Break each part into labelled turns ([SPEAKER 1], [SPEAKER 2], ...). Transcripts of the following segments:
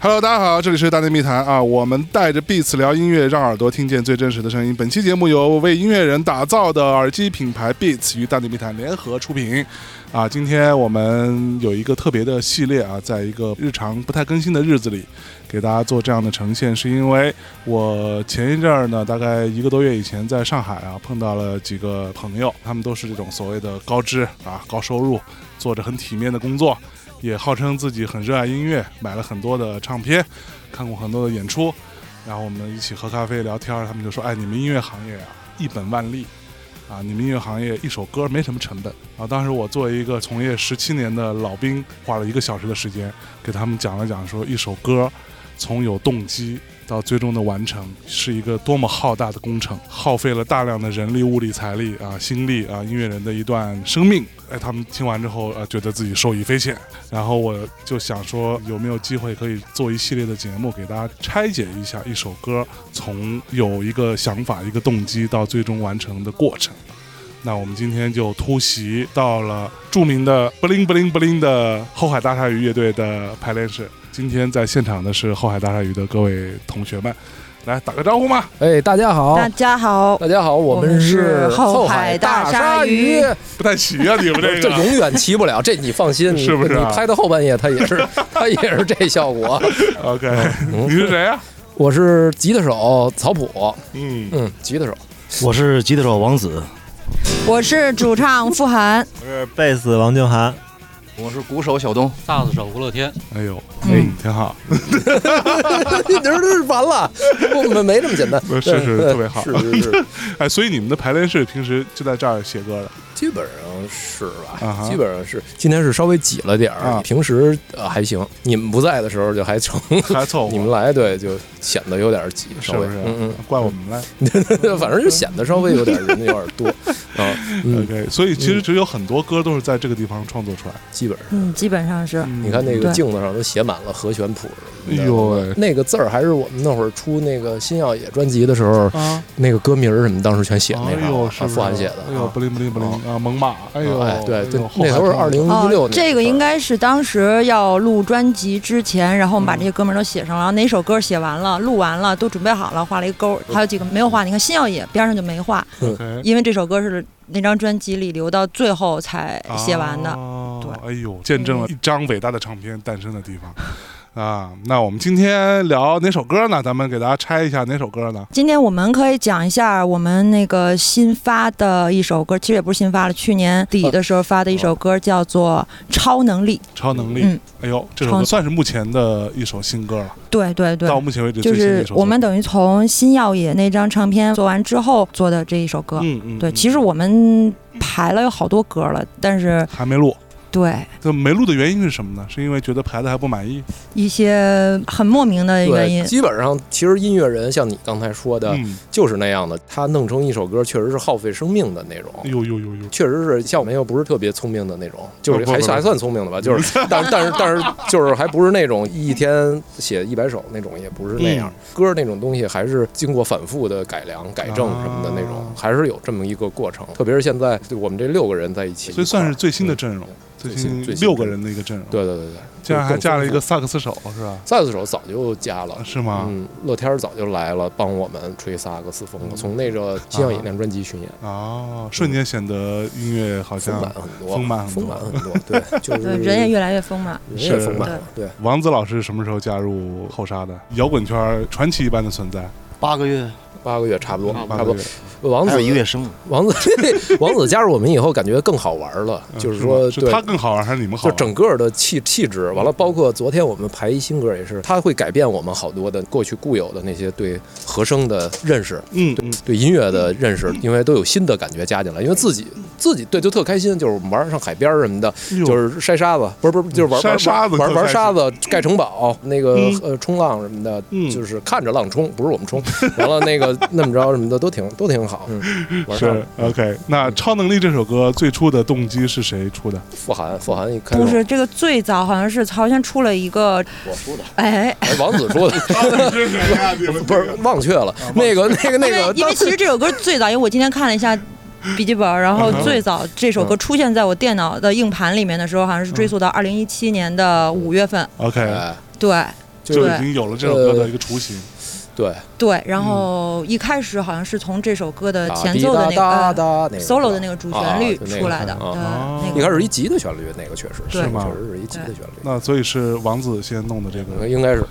[SPEAKER 1] Hello，大家好，这里是大内密谈啊，我们带着 Beats 聊音乐，让耳朵听见最真实的声音。本期节目由为音乐人打造的耳机品牌 Beats 与大内密谈联合出品。啊，今天我们有一个特别的系列啊，在一个日常不太更新的日子里，给大家做这样的呈现，是因为我前一阵儿呢，大概一个多月以前在上海啊，碰到了几个朋友，他们都是这种所谓的高知啊、高收入，做着很体面的工作，也号称自己很热爱音乐，买了很多的唱片，看过很多的演出，然后我们一起喝咖啡聊天儿，他们就说：“哎，你们音乐行业啊，一本万利。”啊，你们音乐行业一首歌没什么成本啊。当时我作为一个从业十七年的老兵，花了一个小时的时间给他们讲了讲，说一首歌从有动机到最终的完成是一个多么浩大的工程，耗费了大量的人力、物力、财力啊、心力啊，音乐人的一段生命。哎，他们听完之后啊，觉得自己受益匪浅。然后我就想说，有没有机会可以做一系列的节目，给大家拆解一下一首歌从有一个想法、一个动机到最终完成的过程。那我们今天就突袭到了著名的布灵布灵布灵的后海大鲨鱼乐队的排练室。今天在现场的是后海大鲨鱼的各位同学们，来打个招呼嘛！
[SPEAKER 2] 哎，大家好，
[SPEAKER 3] 大家好，
[SPEAKER 2] 大家好，我
[SPEAKER 3] 们
[SPEAKER 2] 是
[SPEAKER 3] 是后
[SPEAKER 2] 海
[SPEAKER 3] 海大
[SPEAKER 2] 鲨
[SPEAKER 3] 鲨鱼
[SPEAKER 1] 不太齐啊，你们这
[SPEAKER 2] 这
[SPEAKER 1] 个。
[SPEAKER 2] 永远骑不了，这你放心，你
[SPEAKER 1] 是不是啊
[SPEAKER 2] 你拍到后半夜，它也是， 它也是这效果。
[SPEAKER 1] OK，你
[SPEAKER 2] 哦
[SPEAKER 1] 是谁啊？
[SPEAKER 2] 我是吉他手曹普，
[SPEAKER 1] 嗯
[SPEAKER 2] 嗯，吉他手，
[SPEAKER 4] 我是吉他手王子，
[SPEAKER 3] 我是主唱傅涵。
[SPEAKER 4] 我是贝斯王静涵，
[SPEAKER 5] 我是鼓手小东，
[SPEAKER 6] 萨克斯手吴乐天，
[SPEAKER 1] 哎呦，
[SPEAKER 3] 嗯，
[SPEAKER 1] 挺好，
[SPEAKER 2] 你这是完了，我们没这么简单
[SPEAKER 1] 是，是
[SPEAKER 2] 嗯
[SPEAKER 1] 特别好
[SPEAKER 2] 是是是，
[SPEAKER 1] 哎，所以你们的排练室平时就在这儿写歌的，
[SPEAKER 2] 基本上是
[SPEAKER 1] 啊
[SPEAKER 2] 吧
[SPEAKER 1] 哈，
[SPEAKER 2] 基本上是，今天是稍微挤了点
[SPEAKER 1] 啊
[SPEAKER 2] 儿，平时呃还行，你们不在的时候就 还成，
[SPEAKER 1] 还凑
[SPEAKER 2] 你
[SPEAKER 1] 合
[SPEAKER 2] 们，来对就显得有点挤，
[SPEAKER 1] 哦是
[SPEAKER 2] 稍
[SPEAKER 1] 不
[SPEAKER 2] 微，
[SPEAKER 1] 是
[SPEAKER 2] 嗯嗯。？
[SPEAKER 1] 怪我们来。
[SPEAKER 2] 反正就显得稍微有点人有点 多啊，嗯，
[SPEAKER 1] OK，所以其实只有很多歌都是在这个地方创作出来。
[SPEAKER 2] 基本上。
[SPEAKER 3] 嗯，基本上是。
[SPEAKER 1] 嗯
[SPEAKER 2] 你看那个
[SPEAKER 3] 对
[SPEAKER 2] 镜子上都写满了和弦谱什么的，啊
[SPEAKER 1] 哎呦喂
[SPEAKER 2] 那个字儿还是我们那会儿出那个新耀野专辑的时候，
[SPEAKER 1] 啊，
[SPEAKER 2] 那个歌名儿什么，当时全写那
[SPEAKER 1] 哎
[SPEAKER 2] 个
[SPEAKER 1] 呦，
[SPEAKER 2] 啊，
[SPEAKER 1] 是不是
[SPEAKER 2] 傅涵写的。
[SPEAKER 1] 哎呦，
[SPEAKER 2] 啊
[SPEAKER 1] 不灵不灵不灵啊，猛犸，哎呦，
[SPEAKER 2] 哎，对对
[SPEAKER 1] 哎呦，
[SPEAKER 2] 那时候是
[SPEAKER 1] 后海
[SPEAKER 2] 二零一六
[SPEAKER 3] 哦
[SPEAKER 2] 年，，
[SPEAKER 3] 这个应该是当时要录专辑之前，然后我们把
[SPEAKER 1] 嗯
[SPEAKER 3] 这些歌名都写上，然后哪首歌写完了，录完了，都准备好了，画了一个勾，还有几个没有画。你看新耀野边上就没画，
[SPEAKER 1] OK
[SPEAKER 3] 因为这首歌是那张专辑里留到最后才写完的。
[SPEAKER 1] 哦
[SPEAKER 3] 对
[SPEAKER 1] 哎呦，见证了一张伟大的唱片诞生的地方。啊，那我们今天聊哪首歌呢？咱们给大家拆一下哪首歌呢？
[SPEAKER 3] 今天我们可以讲一下我们那个新发的一首歌，其实也不是新发了，去年底的时候发的一首
[SPEAKER 2] 哦
[SPEAKER 3] 歌叫做《超能力》。
[SPEAKER 1] 超能力，
[SPEAKER 3] 嗯
[SPEAKER 1] 哎呦，这首歌
[SPEAKER 3] 超
[SPEAKER 1] 算是目前的一首新歌了，
[SPEAKER 3] 对对对，
[SPEAKER 1] 到目前为止
[SPEAKER 3] 就
[SPEAKER 1] 最新的一
[SPEAKER 3] 是
[SPEAKER 1] 首作品。
[SPEAKER 3] 我们等于从新耀野那张唱片做完之后做的这一首歌。
[SPEAKER 1] 嗯嗯，
[SPEAKER 3] 对，
[SPEAKER 1] 嗯
[SPEAKER 3] 其实我们排了有好多歌了，但是
[SPEAKER 1] 还没录，
[SPEAKER 3] 对
[SPEAKER 1] 这没录的原因是什么呢？是因为觉得排的还不满意。
[SPEAKER 3] 一些很莫名的原
[SPEAKER 2] 对，
[SPEAKER 3] 因，
[SPEAKER 2] 基本上其实音乐人像你刚才说的，
[SPEAKER 1] 嗯，
[SPEAKER 2] 就是那样的，他弄成一首歌确实是耗费生命的那种。
[SPEAKER 1] 哎呦呦呦呦，
[SPEAKER 2] 确实是像我们又不是特别聪明的那种，就是
[SPEAKER 1] 不不
[SPEAKER 2] 还
[SPEAKER 1] 不
[SPEAKER 2] 还算聪明的吧，就是 但但是但是就是还不是那种一天写一百首那种，也不是
[SPEAKER 1] 嗯
[SPEAKER 2] 那样。歌那种东西还是经过反复的改良、改正什么的那种
[SPEAKER 1] 啊，
[SPEAKER 2] 还是有这么一个过程。特别是现在对我们这六个人在一起，
[SPEAKER 1] 所以算是最新的
[SPEAKER 2] 嗯
[SPEAKER 1] 阵容，最
[SPEAKER 2] 最新
[SPEAKER 1] 新
[SPEAKER 2] 最新
[SPEAKER 1] 六个人的一个阵容，，
[SPEAKER 2] 对对对对，
[SPEAKER 1] 竟然还加了一
[SPEAKER 2] 就
[SPEAKER 1] 个
[SPEAKER 2] 更
[SPEAKER 1] 萨克斯手，是吧？
[SPEAKER 2] 萨克斯手，早就加了。
[SPEAKER 1] 啊是吗？
[SPEAKER 2] 嗯，乐天儿早就来了，帮我们吹萨克斯风了。
[SPEAKER 1] 嗯
[SPEAKER 2] 从那个《新疆野那张专辑巡演，
[SPEAKER 1] 哦，瞬间显得音乐好
[SPEAKER 2] 丰
[SPEAKER 1] 像
[SPEAKER 2] 满很多，
[SPEAKER 1] 丰
[SPEAKER 2] 丰
[SPEAKER 1] 满很多
[SPEAKER 2] 满很多。 对，嗯就是
[SPEAKER 3] 对，人也越来越丰满。
[SPEAKER 2] 人也
[SPEAKER 1] 是
[SPEAKER 2] 丰满了。对，
[SPEAKER 1] 王子老师什么时候加入后沙的？摇滚圈传奇一般的存在，
[SPEAKER 5] 八个月，
[SPEAKER 2] 八个月差不多，
[SPEAKER 6] 嗯
[SPEAKER 1] 八
[SPEAKER 2] 差不
[SPEAKER 1] 个
[SPEAKER 2] 多
[SPEAKER 1] 月。。
[SPEAKER 2] 王
[SPEAKER 5] 还有
[SPEAKER 2] 子
[SPEAKER 5] 一个月生日，
[SPEAKER 2] 王子 王子加入我们以后，感觉更好玩了，
[SPEAKER 1] 嗯
[SPEAKER 2] 就是
[SPEAKER 1] 吗
[SPEAKER 2] 说
[SPEAKER 1] 是
[SPEAKER 2] 对。
[SPEAKER 1] 他更好玩啊还是你们好
[SPEAKER 2] 就
[SPEAKER 1] 玩？
[SPEAKER 2] 整个的气气质，完了，包括昨天我们排一新歌也是，它会改变我们好多的过去固有的那些对和声的认识，
[SPEAKER 1] 嗯嗯
[SPEAKER 2] 对音乐的认识，因为都有新的感觉加进来。因为自己自己对就特开心，就是玩上海边儿什么的，
[SPEAKER 1] 哎呦
[SPEAKER 2] 就是筛沙子，不是不是，就是玩
[SPEAKER 1] 筛沙子
[SPEAKER 2] 玩玩
[SPEAKER 1] 特开
[SPEAKER 2] 玩
[SPEAKER 1] 心
[SPEAKER 2] 沙子、盖城堡，那个、
[SPEAKER 1] 嗯
[SPEAKER 2] 呃冲浪什么的，
[SPEAKER 1] 嗯
[SPEAKER 2] 就是看着浪冲，不是我们冲。完了那个那么着什么的都挺都挺好，嗯，玩沙嗯子
[SPEAKER 1] 是 OK。那《超能力》这首歌最初的动机是谁出的？
[SPEAKER 2] 富含富含一开
[SPEAKER 3] 不是这个最早好像是好像出了一个，
[SPEAKER 5] 我出的，
[SPEAKER 3] 哎，
[SPEAKER 2] 哎王子说的， 不是忘却了那个那个那
[SPEAKER 3] 因为
[SPEAKER 2] 个
[SPEAKER 3] 因为
[SPEAKER 2] 当
[SPEAKER 3] 其
[SPEAKER 2] 时
[SPEAKER 3] 实这首歌最早，因为我今天看了一下。笔记本
[SPEAKER 1] 嗯
[SPEAKER 3] 儿，然后最早这首歌出现在我电脑的硬盘里面的时候，好像是追溯到二零一七年的五月份。
[SPEAKER 1] OK，
[SPEAKER 2] 哎呃
[SPEAKER 3] 对，
[SPEAKER 2] 就
[SPEAKER 1] 就是已经有了这首歌的一个雏形。
[SPEAKER 2] 对
[SPEAKER 3] 对，然
[SPEAKER 1] 嗯
[SPEAKER 3] 后一开始好像是从这首歌的
[SPEAKER 2] 打
[SPEAKER 3] 呃前
[SPEAKER 2] 啊滴
[SPEAKER 3] 奏的
[SPEAKER 2] 答
[SPEAKER 3] 那
[SPEAKER 2] 答
[SPEAKER 3] 个
[SPEAKER 2] 答那
[SPEAKER 3] 呃
[SPEAKER 2] 个
[SPEAKER 3] solo 的那个主旋律
[SPEAKER 2] 啊就那个
[SPEAKER 3] 出来的，
[SPEAKER 2] 啊
[SPEAKER 3] 对
[SPEAKER 1] 哦
[SPEAKER 3] 那
[SPEAKER 2] 一
[SPEAKER 3] 个嗯
[SPEAKER 2] 开始一级的旋律，那个确实
[SPEAKER 3] 对
[SPEAKER 1] 是吗
[SPEAKER 2] 确实是一级的旋律，
[SPEAKER 1] 那所以是王子先弄的这个，
[SPEAKER 2] 应该是，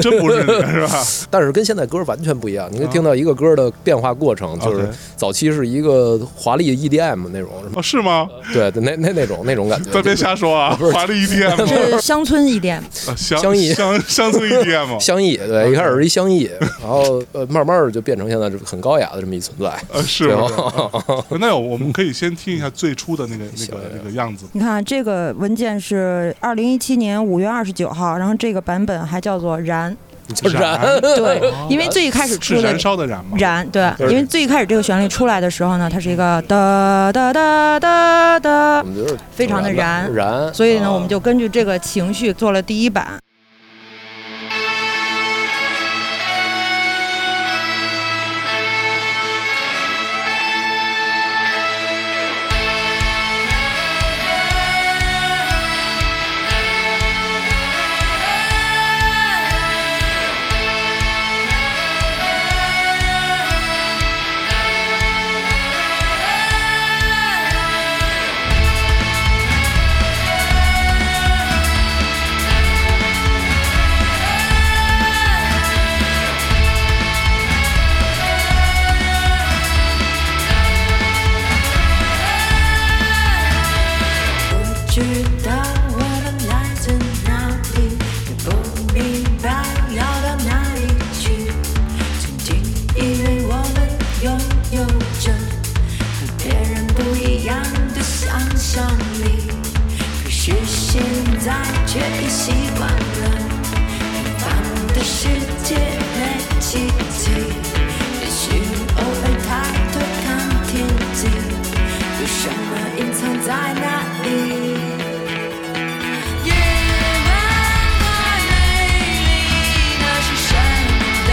[SPEAKER 1] 真不是你是 吧？
[SPEAKER 2] 但是跟现在歌完全不一样。你可以听到一个歌的变化过程，就是
[SPEAKER 1] OK
[SPEAKER 2] 早期是一个华丽 EDM 那种，
[SPEAKER 1] 哦，是吗？
[SPEAKER 2] 对，那那那种那种感觉，
[SPEAKER 1] 咱别瞎说啊，
[SPEAKER 2] 呃不是
[SPEAKER 1] 华 丽 EDM，
[SPEAKER 3] 是乡村一点，
[SPEAKER 1] 啊乡
[SPEAKER 2] 相异
[SPEAKER 1] 乡乡村 EDM，
[SPEAKER 2] 相异，对，一开始是一相异，然后呃，慢慢儿就变成现在这很高雅的这么一存在。
[SPEAKER 1] 呃，是
[SPEAKER 2] 对
[SPEAKER 1] 吗？
[SPEAKER 2] 吧？
[SPEAKER 1] 那我们可以先听一下最初的那个那个
[SPEAKER 2] 行
[SPEAKER 1] 那个样子。
[SPEAKER 3] 你看这个文件是二零一七年五月二十九号，然后这个版本还叫做“燃
[SPEAKER 2] 就
[SPEAKER 1] 燃
[SPEAKER 2] 燃，”，
[SPEAKER 3] 对，因为最一开始
[SPEAKER 1] 哦是
[SPEAKER 3] 出的
[SPEAKER 1] 燃烧的燃吗？
[SPEAKER 3] 燃，对，
[SPEAKER 2] 就是
[SPEAKER 3] 因为最一开始这个旋律出来的时候呢，它是一个哒哒哒哒哒
[SPEAKER 2] 我，们就是
[SPEAKER 3] 非常的燃
[SPEAKER 2] 燃，燃
[SPEAKER 3] 所以呢，
[SPEAKER 1] 哦
[SPEAKER 2] 啊
[SPEAKER 3] 我们就根据这个情绪做了第一版。
[SPEAKER 6] 我知道我的来自哪里，也不明白要到哪里去。曾经以为我们拥有着和别人不一样的想象力，可是现在却已习惯了平凡的世界没奇迹。也许偶尔抬头看天际，有什么隐藏在那里？夜晚太美丽，那是神的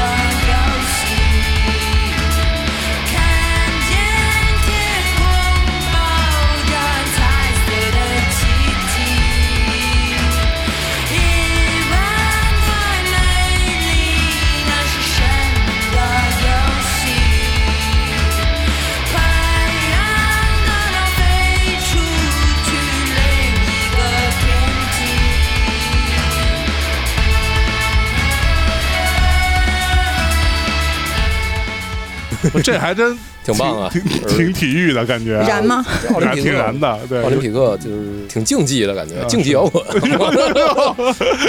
[SPEAKER 6] 游戏。看见天空包着彩色的奇迹。夜晚太美丽，那是神的游戏。快让大脑飞出去另一个天际。
[SPEAKER 1] 这还真
[SPEAKER 2] 挺棒啊，
[SPEAKER 1] 挺
[SPEAKER 2] 就是
[SPEAKER 1] 挺体育的感觉啊，
[SPEAKER 3] 燃吗？
[SPEAKER 2] 奥 林
[SPEAKER 1] 还
[SPEAKER 2] 匹
[SPEAKER 1] 挺
[SPEAKER 2] 克
[SPEAKER 1] 燃的，对
[SPEAKER 2] 奥，林匹克就是挺竞技的感觉，竞技摇 滚，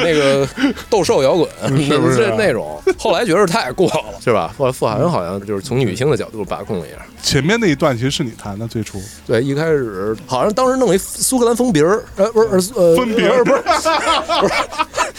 [SPEAKER 2] 那个斗兽摇滚，
[SPEAKER 1] 是不是啊
[SPEAKER 2] 这那种？后来觉得太过了，是吧？傅傅涵好像就是从女性的角度把控了一下。
[SPEAKER 1] 前面那一段其实是你弹的最初，
[SPEAKER 2] 对，一开始好像当时弄一苏格兰风笛儿，呃，不是呃，
[SPEAKER 1] 风笛儿
[SPEAKER 2] 呃不是不是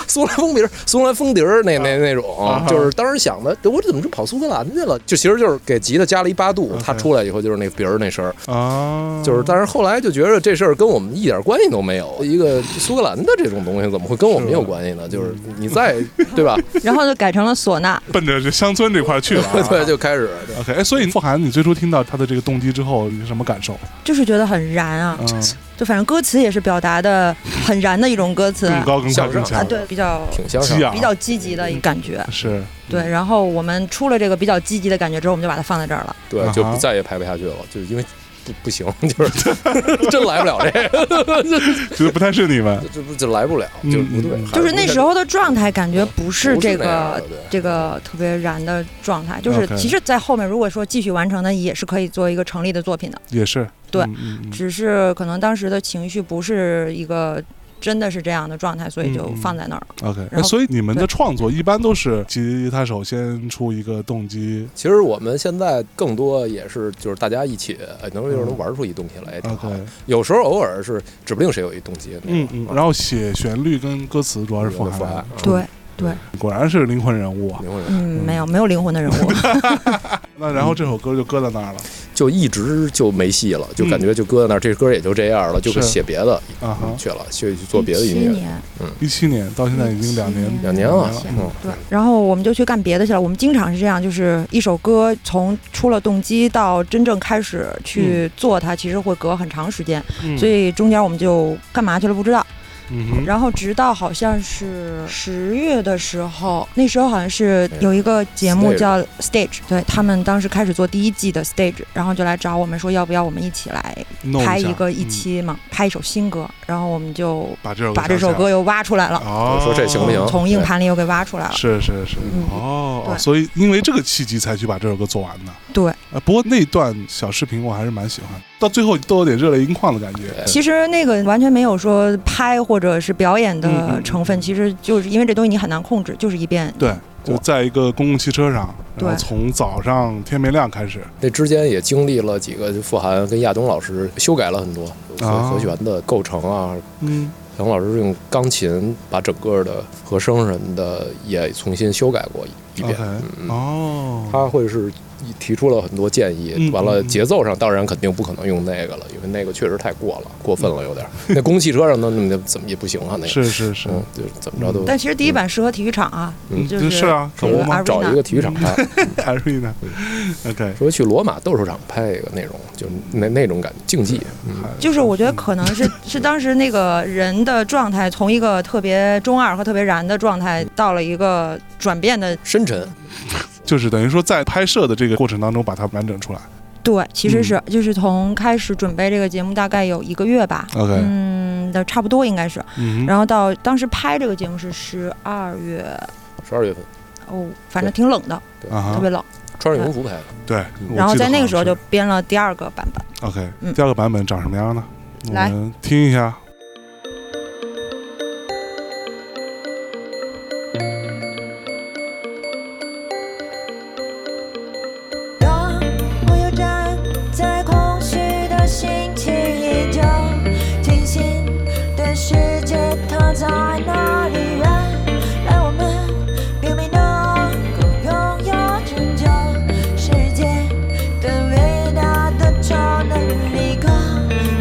[SPEAKER 2] 苏格兰风笛儿，苏格兰风笛儿那那那种，
[SPEAKER 1] 啊
[SPEAKER 2] 就是当时想的，我怎么就跑苏格兰去了？就其实就是给吉他加了一八
[SPEAKER 1] 嗯
[SPEAKER 2] 度，它出来以后就是那笛儿那声儿，
[SPEAKER 1] 啊，
[SPEAKER 2] 就是，但是后来就觉得这事儿跟我们一点关系都没有。一个苏格兰的这种东西怎么会跟我们
[SPEAKER 1] 啊
[SPEAKER 2] 有关系呢？就是你在对 吧？。
[SPEAKER 3] 然后就改成了唢呐。
[SPEAKER 1] 奔着这乡村这块儿去了、啊
[SPEAKER 2] 对，就开始。
[SPEAKER 1] OK，哎，所以傅涵，你最初听到他的这个动机之后，你是什么感受？
[SPEAKER 3] 就是觉得很燃啊，
[SPEAKER 1] 嗯，
[SPEAKER 3] 就反正歌词也是表达的很燃的一种歌词，
[SPEAKER 1] 更
[SPEAKER 3] 啊，
[SPEAKER 1] 高更高更强，
[SPEAKER 3] 对，比较
[SPEAKER 2] 挺相像
[SPEAKER 1] 激，昂，
[SPEAKER 3] 比较积极的一个感觉，
[SPEAKER 1] 是
[SPEAKER 3] 对。
[SPEAKER 2] 嗯
[SPEAKER 3] 然后我们出了这个比较积极的感觉之后，我们就把它放在这儿了。
[SPEAKER 2] 对，就
[SPEAKER 1] 啊哈
[SPEAKER 2] 不再也排不下去了，就是因为不不行，就是 真来不了这个，
[SPEAKER 1] 觉得不太是你们。
[SPEAKER 2] 这不就来不了，
[SPEAKER 1] 嗯
[SPEAKER 2] 就是不对
[SPEAKER 1] 嗯，
[SPEAKER 3] 就是那时候的状态，感觉不是这
[SPEAKER 2] 不是那样
[SPEAKER 3] 个
[SPEAKER 2] 的对
[SPEAKER 3] 这个特别燃的状态，就是
[SPEAKER 1] OK
[SPEAKER 3] 其实，在后面如果说继续完成呢，也是可以做一个成立的作品的，
[SPEAKER 1] 也是，
[SPEAKER 3] 对
[SPEAKER 1] 嗯嗯嗯
[SPEAKER 3] 只是可能当时的情绪不是一个真的是这样的状态，所以就
[SPEAKER 1] 嗯嗯
[SPEAKER 3] 放在那儿了。
[SPEAKER 1] OK，哎
[SPEAKER 3] 然后
[SPEAKER 1] 所以你们的创作一般都是吉他手先出一个动机，
[SPEAKER 2] 其实我们现在更多也是就是大家一起，哎，能就
[SPEAKER 1] 嗯
[SPEAKER 2] 是能玩出一东西
[SPEAKER 1] 啊
[SPEAKER 2] 来，也挺好的
[SPEAKER 1] OK。
[SPEAKER 2] 有时候偶尔是指不定谁有一动机，
[SPEAKER 1] 嗯嗯，然后写旋律跟歌词主要
[SPEAKER 2] 后
[SPEAKER 1] 是傅
[SPEAKER 2] 复
[SPEAKER 1] 涵，
[SPEAKER 3] 对，对，
[SPEAKER 1] 果然是灵魂人物啊。
[SPEAKER 2] 灵魂人
[SPEAKER 3] 嗯，没有没有灵魂的人物，
[SPEAKER 1] 那然后这首歌就搁在那儿了
[SPEAKER 2] 就一直就没戏了，就感
[SPEAKER 1] 嗯
[SPEAKER 2] 觉就搁在那儿，这歌也就这样了，就是写别的
[SPEAKER 1] 啊哈。
[SPEAKER 2] 去了，去去 做别的
[SPEAKER 3] 17
[SPEAKER 2] 音乐，
[SPEAKER 3] 年
[SPEAKER 1] 一七年到现在已经两年，
[SPEAKER 2] 两年了，
[SPEAKER 1] 嗯
[SPEAKER 2] 嗯，
[SPEAKER 3] 对，然后我们就去干别的去了。我们经常是这样，就是一首歌从出了动机到真正开始去做它，其实会隔很长时间，
[SPEAKER 1] 嗯
[SPEAKER 3] 所以中间我们就干嘛去了不知道。
[SPEAKER 1] 嗯哼，
[SPEAKER 3] 然后直到好像是十月的时候，那时候好像是有一个节目
[SPEAKER 2] Stage
[SPEAKER 3] 叫 Stage，对他们当时开始做第一季的 Stage，然后就来找我们说要不要我们一起来
[SPEAKER 1] 弄
[SPEAKER 3] 拍
[SPEAKER 1] 下
[SPEAKER 3] 一个一
[SPEAKER 1] 嗯
[SPEAKER 3] 期嘛，拍一首新歌，然后我们就
[SPEAKER 1] 把这首
[SPEAKER 3] 把这首
[SPEAKER 1] 想起
[SPEAKER 3] 歌
[SPEAKER 1] 来
[SPEAKER 3] 又挖出来了，
[SPEAKER 1] 哦，
[SPEAKER 2] 说这行不行
[SPEAKER 3] 从硬盘里又给挖出来了。
[SPEAKER 1] 是是是，
[SPEAKER 3] 嗯
[SPEAKER 1] 哦，
[SPEAKER 3] 对
[SPEAKER 1] 所以因为这个契机才去把这首歌做完的。
[SPEAKER 3] 对，
[SPEAKER 1] 呃，不过那段小视频我还是蛮喜欢的，到最后都有点热泪盈眶的感觉。
[SPEAKER 3] 其实那个完全没有说拍或者是表演
[SPEAKER 1] 嗯嗯
[SPEAKER 3] 的
[SPEAKER 1] 嗯
[SPEAKER 3] 成分，其实就是因为这东西你很难控制，就是一遍
[SPEAKER 1] 对，就在一个公共汽车上，然后
[SPEAKER 3] 对
[SPEAKER 1] 从早上天没亮开始，
[SPEAKER 2] 那之间也经历了几个，就傅涵跟亚东老师修改了很多
[SPEAKER 1] 啊
[SPEAKER 2] 和和弦的构成啊。
[SPEAKER 1] 嗯，
[SPEAKER 2] 杨老师用钢琴把整个的和声什么的也重新修改过一一
[SPEAKER 1] OK，
[SPEAKER 2] 遍。嗯，
[SPEAKER 1] 哦，
[SPEAKER 2] 他会是提出了很多建议，
[SPEAKER 1] 嗯
[SPEAKER 2] 完了
[SPEAKER 1] 嗯嗯
[SPEAKER 2] 节奏上当然肯定不可能用那个了，因为那个确实太过了，过分了有点儿。那公共汽车上那那怎么也不行啊，那个
[SPEAKER 1] 是是是，
[SPEAKER 2] 嗯，对，怎么着都
[SPEAKER 3] 但其实第一版适合体育场啊，
[SPEAKER 2] 嗯
[SPEAKER 3] 就
[SPEAKER 1] 嗯是啊
[SPEAKER 3] 这
[SPEAKER 1] 可
[SPEAKER 3] 个
[SPEAKER 1] 不吗
[SPEAKER 3] arena
[SPEAKER 2] 找一个体育场拍，
[SPEAKER 1] 艾瑞呢？OK，
[SPEAKER 2] 说去罗马斗兽场拍一个那种，就那那种感觉竞技，嗯，
[SPEAKER 3] 就是我觉得可能 是是当时那个人的状态，从一个特别中二和特别燃的状
[SPEAKER 1] 嗯
[SPEAKER 3] 态，到了一个转变的。
[SPEAKER 2] 深沉。
[SPEAKER 1] 就是等于说在拍摄的这个过程当中把它完整出来。
[SPEAKER 3] 对，其实
[SPEAKER 1] 嗯
[SPEAKER 3] 是、就是从开始准备这个节目大概有一个月吧。
[SPEAKER 1] OK
[SPEAKER 3] 嗯，的差不多应该是。
[SPEAKER 1] 嗯哼，
[SPEAKER 3] 然后到当时拍这个节目是十二月，
[SPEAKER 2] 十二月份
[SPEAKER 3] 哦，反正挺冷的，
[SPEAKER 1] 啊
[SPEAKER 3] 特
[SPEAKER 1] 哈，
[SPEAKER 3] 别冷。
[SPEAKER 2] 穿着羽绒服拍的，
[SPEAKER 1] 对，我
[SPEAKER 3] 然后
[SPEAKER 1] 记得
[SPEAKER 3] 在那
[SPEAKER 1] 好
[SPEAKER 3] 个时候
[SPEAKER 1] 像
[SPEAKER 3] 就编了第二个版本。
[SPEAKER 1] 是 OK，
[SPEAKER 3] 嗯
[SPEAKER 1] 第二个版本长什么样呢？我
[SPEAKER 3] 来
[SPEAKER 1] 们听一下。
[SPEAKER 6] 当我又站在空虚的星期一，就清醒的世界它在哪里？原来我们并没能够拥有拯救世界的伟大的超能力。可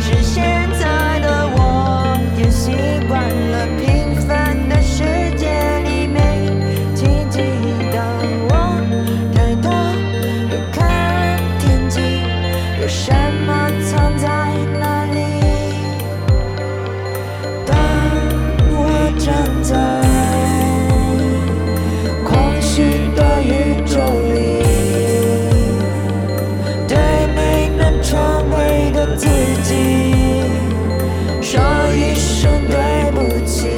[SPEAKER 6] 是现在的我也习惯了平凡的世界里没奇迹。当我抬头。又看天际，有什么藏在那里？当我站在空虚的宇宙里，对没能成为的自己说一声对不起。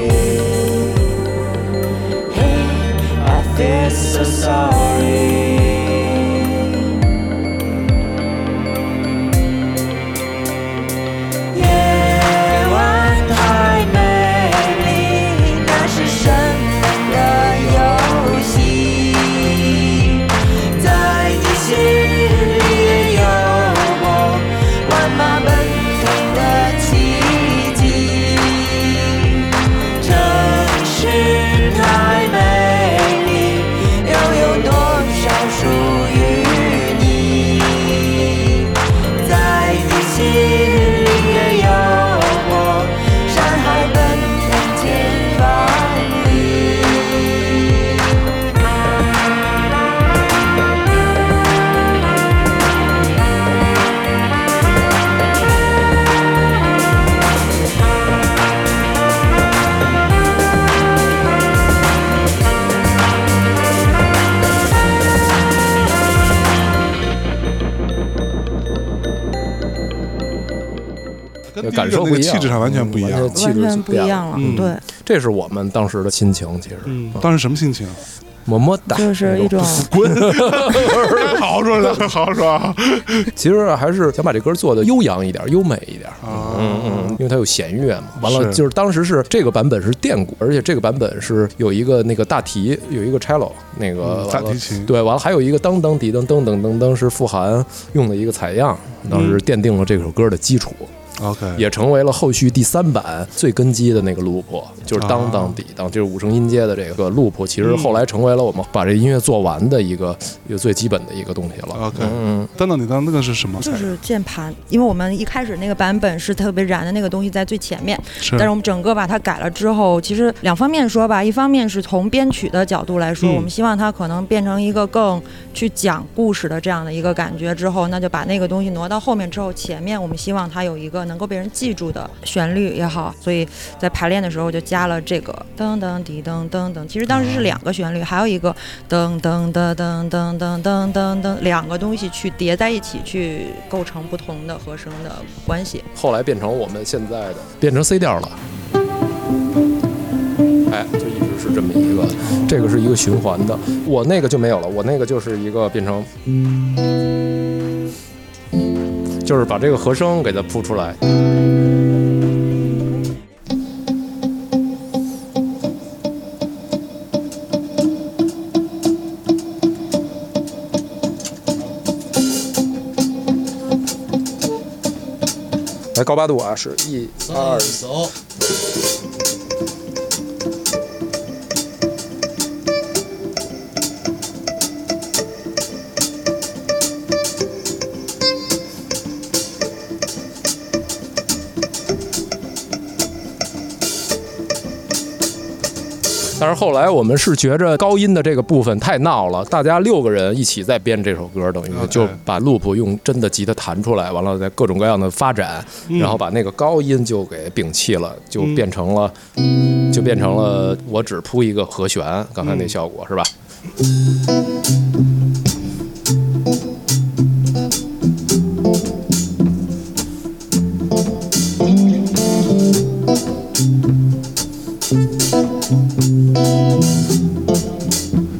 [SPEAKER 6] Hey, I feel so sorry. Yeah, 夜晚太美丽，那是神的游戏，在你心里有我万马奔腾的奇迹。城市太美丽，又有多少属于你？在你心里也有我，山海奔腾千万里。
[SPEAKER 1] 跟第一
[SPEAKER 2] 感
[SPEAKER 1] 个
[SPEAKER 2] 受
[SPEAKER 1] 那
[SPEAKER 2] 不
[SPEAKER 1] 个
[SPEAKER 2] 一样，
[SPEAKER 1] 气质上完全不一样
[SPEAKER 2] 嗯。完
[SPEAKER 3] 完
[SPEAKER 2] 全气质
[SPEAKER 3] 全不一样
[SPEAKER 2] 了。
[SPEAKER 3] 了，
[SPEAKER 1] 嗯
[SPEAKER 3] 对，
[SPEAKER 2] 这是我们当时的心情，其实，
[SPEAKER 1] 嗯，当时什么心 情？
[SPEAKER 2] 么么哒，
[SPEAKER 3] 就是一种
[SPEAKER 1] 滚！好好说， 好好说啊！
[SPEAKER 2] 其实还是想把这歌做的悠扬一点、优美一点。
[SPEAKER 1] 啊
[SPEAKER 2] 嗯嗯，因为它有弦乐嘛。完
[SPEAKER 1] 是
[SPEAKER 2] 了，就是当时是这个版本是电鼓，而且这个版本是有一个那个大提，有一个 cello，那个
[SPEAKER 1] 嗯
[SPEAKER 2] 完了
[SPEAKER 1] 大提琴
[SPEAKER 2] 对，完了还有一个噔噔滴噔噔噔噔噔是傅涵用的一个采样，当时奠定了这首歌的基础，
[SPEAKER 1] ，OK，
[SPEAKER 2] 也成为了后续第三版最根基的那个 loop，就是
[SPEAKER 1] 啊
[SPEAKER 2] 当当滴当，就是五声音阶的这个 loop，其实
[SPEAKER 1] 嗯
[SPEAKER 2] 后来成为了我们把这音乐做完的一个一个最基本的一个东西了。
[SPEAKER 1] OK
[SPEAKER 2] 嗯，
[SPEAKER 1] 等等，你当那个是什么？
[SPEAKER 3] 就是键盘，因为我们一开始那个版本是特别燃的那个东西在最前面，
[SPEAKER 1] 是
[SPEAKER 3] 但是我们整个把它改了之后，其实两方面说吧，一方面是从编曲的角度来说，
[SPEAKER 1] 嗯
[SPEAKER 3] 我们希望它可能变成一个更去讲故事的这样的一个感觉之后，那就把那个东西挪到后面之后，前面我们希望它有一个能够被人记住的旋律也好，所以在排练的时候就加了这个噔噔滴噔噔噔。其实当时是两个旋律，还有一个噔噔噔噔噔噔噔噔噔，两个东西去叠在一起，去构成不同的和声的关系。
[SPEAKER 2] 后来变成我们现在的，变成 C 调了。哎，就一直是这么一个，这个是一个循环的。我那个就没有了，我那个就是一个变成，就是把这个和声给它铺出来。来高八度啊，是一二
[SPEAKER 4] 走，
[SPEAKER 2] 但是后来我们是觉着高音的这个部分太闹了，大家六个人一起在编这首歌，等于
[SPEAKER 1] OK
[SPEAKER 2] 就把 loop 用真的吉他弹出来，完了再各种各样的发展，然后把那个高音就给摒弃了，就变成了，就变成了我只铺一个和弦，刚才那效果是吧？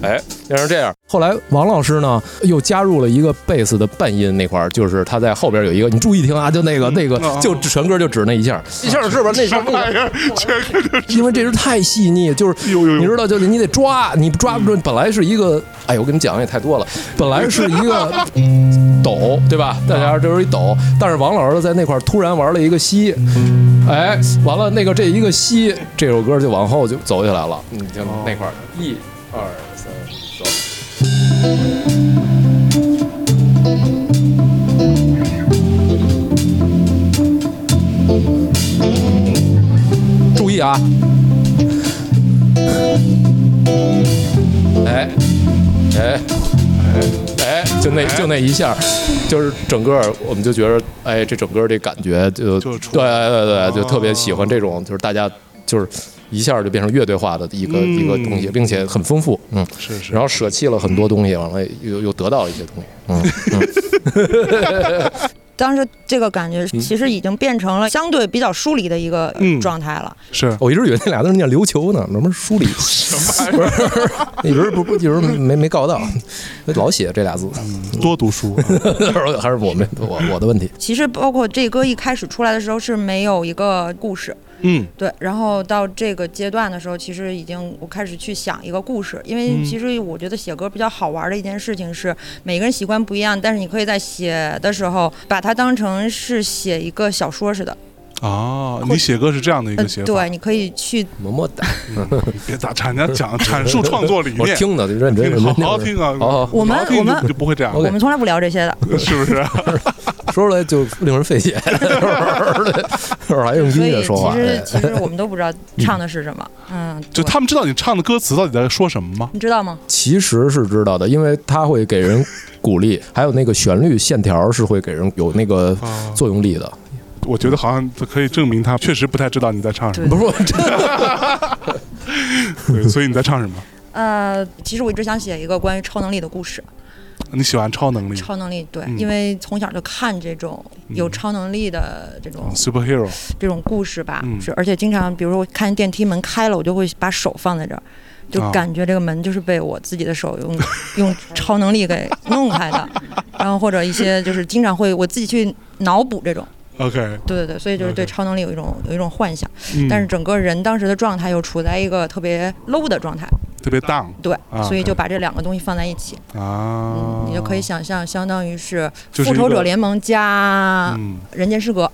[SPEAKER 2] 哎，变成这样。后来王老师呢又加入了一个贝斯的半音那块儿，就是他在后边有一个，你注意听啊，就那个那个
[SPEAKER 1] 嗯，
[SPEAKER 2] 就全歌就指那一下，一下是吧？那什么
[SPEAKER 1] 哎呀，这个
[SPEAKER 2] 因为这是太细腻，就是
[SPEAKER 1] 呦呦呦
[SPEAKER 2] 你知道，就是你得抓，你抓不住。本来是一个，哎，我跟你讲也太多了，本来是一个抖，对吧？大家这是一抖，但是王老师在那块儿突然玩了一个西，哎，完了那个这一个西，这首歌就往后就走起来了。你听那块儿，一二三，走。注意啊！哎，哎，哎，就那就那一下，就是整个我们就觉得，哎，这整个这感觉就
[SPEAKER 1] 就
[SPEAKER 2] 对
[SPEAKER 1] 出来
[SPEAKER 2] 对对，就特别喜欢这种，就是大家就是一下就变成乐队化的一个一个东西，并且很丰富，嗯，
[SPEAKER 1] 是是
[SPEAKER 2] 然后舍弃了很多东西，完了又又得到了一些东西，嗯，
[SPEAKER 3] 当时这个感觉其实已经变成了相对比较疏离的一个
[SPEAKER 1] 嗯
[SPEAKER 3] 状态了。
[SPEAKER 1] 是
[SPEAKER 2] 我一直以为那俩字儿念琉球呢，什么梳理，不是，一直不不一直没没搞到，老写这俩字，
[SPEAKER 1] 多读书啊，
[SPEAKER 2] 还是我们我我的问题。
[SPEAKER 3] 其实包括这歌一开始出来的时候是没有一个故事，
[SPEAKER 1] 嗯，
[SPEAKER 3] 对，然后到这个阶段的时候，其实已经我开始去想一个故事，因
[SPEAKER 1] 嗯
[SPEAKER 3] 为其实我觉得写歌比较好玩的一件事情是每个人习惯不一样，但是你可以在写的时候把它当成是写一个小说似的，
[SPEAKER 1] 哦，你写歌是这样的一
[SPEAKER 3] 嗯
[SPEAKER 1] 个写，法，
[SPEAKER 3] 对，你可以去
[SPEAKER 2] 么么哒，
[SPEAKER 1] 你别打岔，人家讲 阐述创作理
[SPEAKER 2] 我
[SPEAKER 1] 念，
[SPEAKER 2] 听的 就认真，认
[SPEAKER 1] 听
[SPEAKER 2] 真
[SPEAKER 1] 好好听啊，
[SPEAKER 2] 好好
[SPEAKER 3] 我们
[SPEAKER 1] 好好听
[SPEAKER 3] 我们
[SPEAKER 1] 就就不会这样，
[SPEAKER 2] OK
[SPEAKER 3] 我们从来不聊这些的，
[SPEAKER 1] 是不是？
[SPEAKER 2] 说出来就令人费 解，是还用
[SPEAKER 3] 所
[SPEAKER 2] 音乐
[SPEAKER 3] 以
[SPEAKER 2] 说
[SPEAKER 3] 其
[SPEAKER 2] 话，哎
[SPEAKER 3] 实其 实我们都不知道唱的是什么，嗯，
[SPEAKER 1] 就
[SPEAKER 3] 对
[SPEAKER 1] 他们知道你唱的歌词到底在说什么吗？
[SPEAKER 3] 你知道吗？
[SPEAKER 2] 其实是知道的，因为它会给人鼓励，还有那个旋律线条是会给人有那个
[SPEAKER 3] 哦
[SPEAKER 1] 啊
[SPEAKER 2] 作用力的，
[SPEAKER 1] 我觉得好像可以证明他确实不太知道你在唱什么，
[SPEAKER 2] 不是我真的
[SPEAKER 1] 对所以你在唱什么？
[SPEAKER 3] 呃，其实我一直想写一个关于超能力的故事。
[SPEAKER 1] 你喜欢超能力
[SPEAKER 3] 超能力，对，
[SPEAKER 1] 嗯
[SPEAKER 3] 因为从小就看这种有超能力的这种、
[SPEAKER 1] ？Superhero
[SPEAKER 3] 这种故事吧，
[SPEAKER 1] 嗯
[SPEAKER 3] 是而且经常，比如说我看电梯门开了，我就会把手放在这儿，就
[SPEAKER 1] 啊
[SPEAKER 3] 感觉这个门就是被我自己的手用用超能力给弄开 的，然后或者一些就是经常会我自己去脑补这种，
[SPEAKER 1] OK，
[SPEAKER 3] 对对对，所以就是对
[SPEAKER 1] OK
[SPEAKER 3] 超能力有一种有一种幻想，
[SPEAKER 1] 嗯
[SPEAKER 3] 但是整个人当时的状态又处在一个特别 low 的状态，
[SPEAKER 1] 特别 down
[SPEAKER 3] 对，
[SPEAKER 1] 啊
[SPEAKER 3] 所以
[SPEAKER 1] OK
[SPEAKER 3] 就把这两个东西放在一起，
[SPEAKER 1] 啊
[SPEAKER 3] 嗯，，你就可以想象，相当于是
[SPEAKER 1] 就是
[SPEAKER 3] 复
[SPEAKER 1] 一
[SPEAKER 3] 仇
[SPEAKER 1] 个
[SPEAKER 3] 者联盟加
[SPEAKER 1] 嗯，
[SPEAKER 3] 人间失格，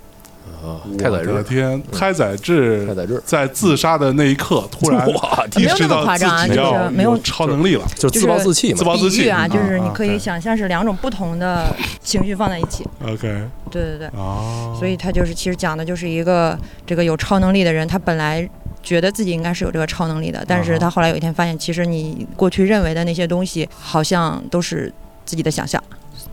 [SPEAKER 3] 哦
[SPEAKER 2] 太宰
[SPEAKER 1] 我的
[SPEAKER 2] 治，
[SPEAKER 1] 天，太宰
[SPEAKER 2] 太宰
[SPEAKER 1] 治
[SPEAKER 2] 治
[SPEAKER 1] 在自杀的那一刻，突然
[SPEAKER 2] 哇
[SPEAKER 1] 意
[SPEAKER 3] 没有
[SPEAKER 1] 识
[SPEAKER 3] 那么
[SPEAKER 1] 到
[SPEAKER 3] 夸
[SPEAKER 1] 自
[SPEAKER 3] 张啊
[SPEAKER 1] 己
[SPEAKER 3] 就是
[SPEAKER 1] 要
[SPEAKER 3] 没有
[SPEAKER 1] 超能力了，
[SPEAKER 2] 就自暴自弃嘛
[SPEAKER 1] 自。暴自
[SPEAKER 3] 比
[SPEAKER 1] 弃
[SPEAKER 3] 喻啊，就是你可以
[SPEAKER 1] 啊
[SPEAKER 3] 想象是两种不 同的情绪放在一起。
[SPEAKER 1] OK
[SPEAKER 3] 对对对，
[SPEAKER 1] 哦，
[SPEAKER 3] 所以他就是其实讲的就是一个这个有超能力的人，他本来。觉得自己应该是有这个超能力的，
[SPEAKER 1] 嗯
[SPEAKER 3] 但是他后来有一天发现，其实你过去认为的那些东西，好像都是自己的想象。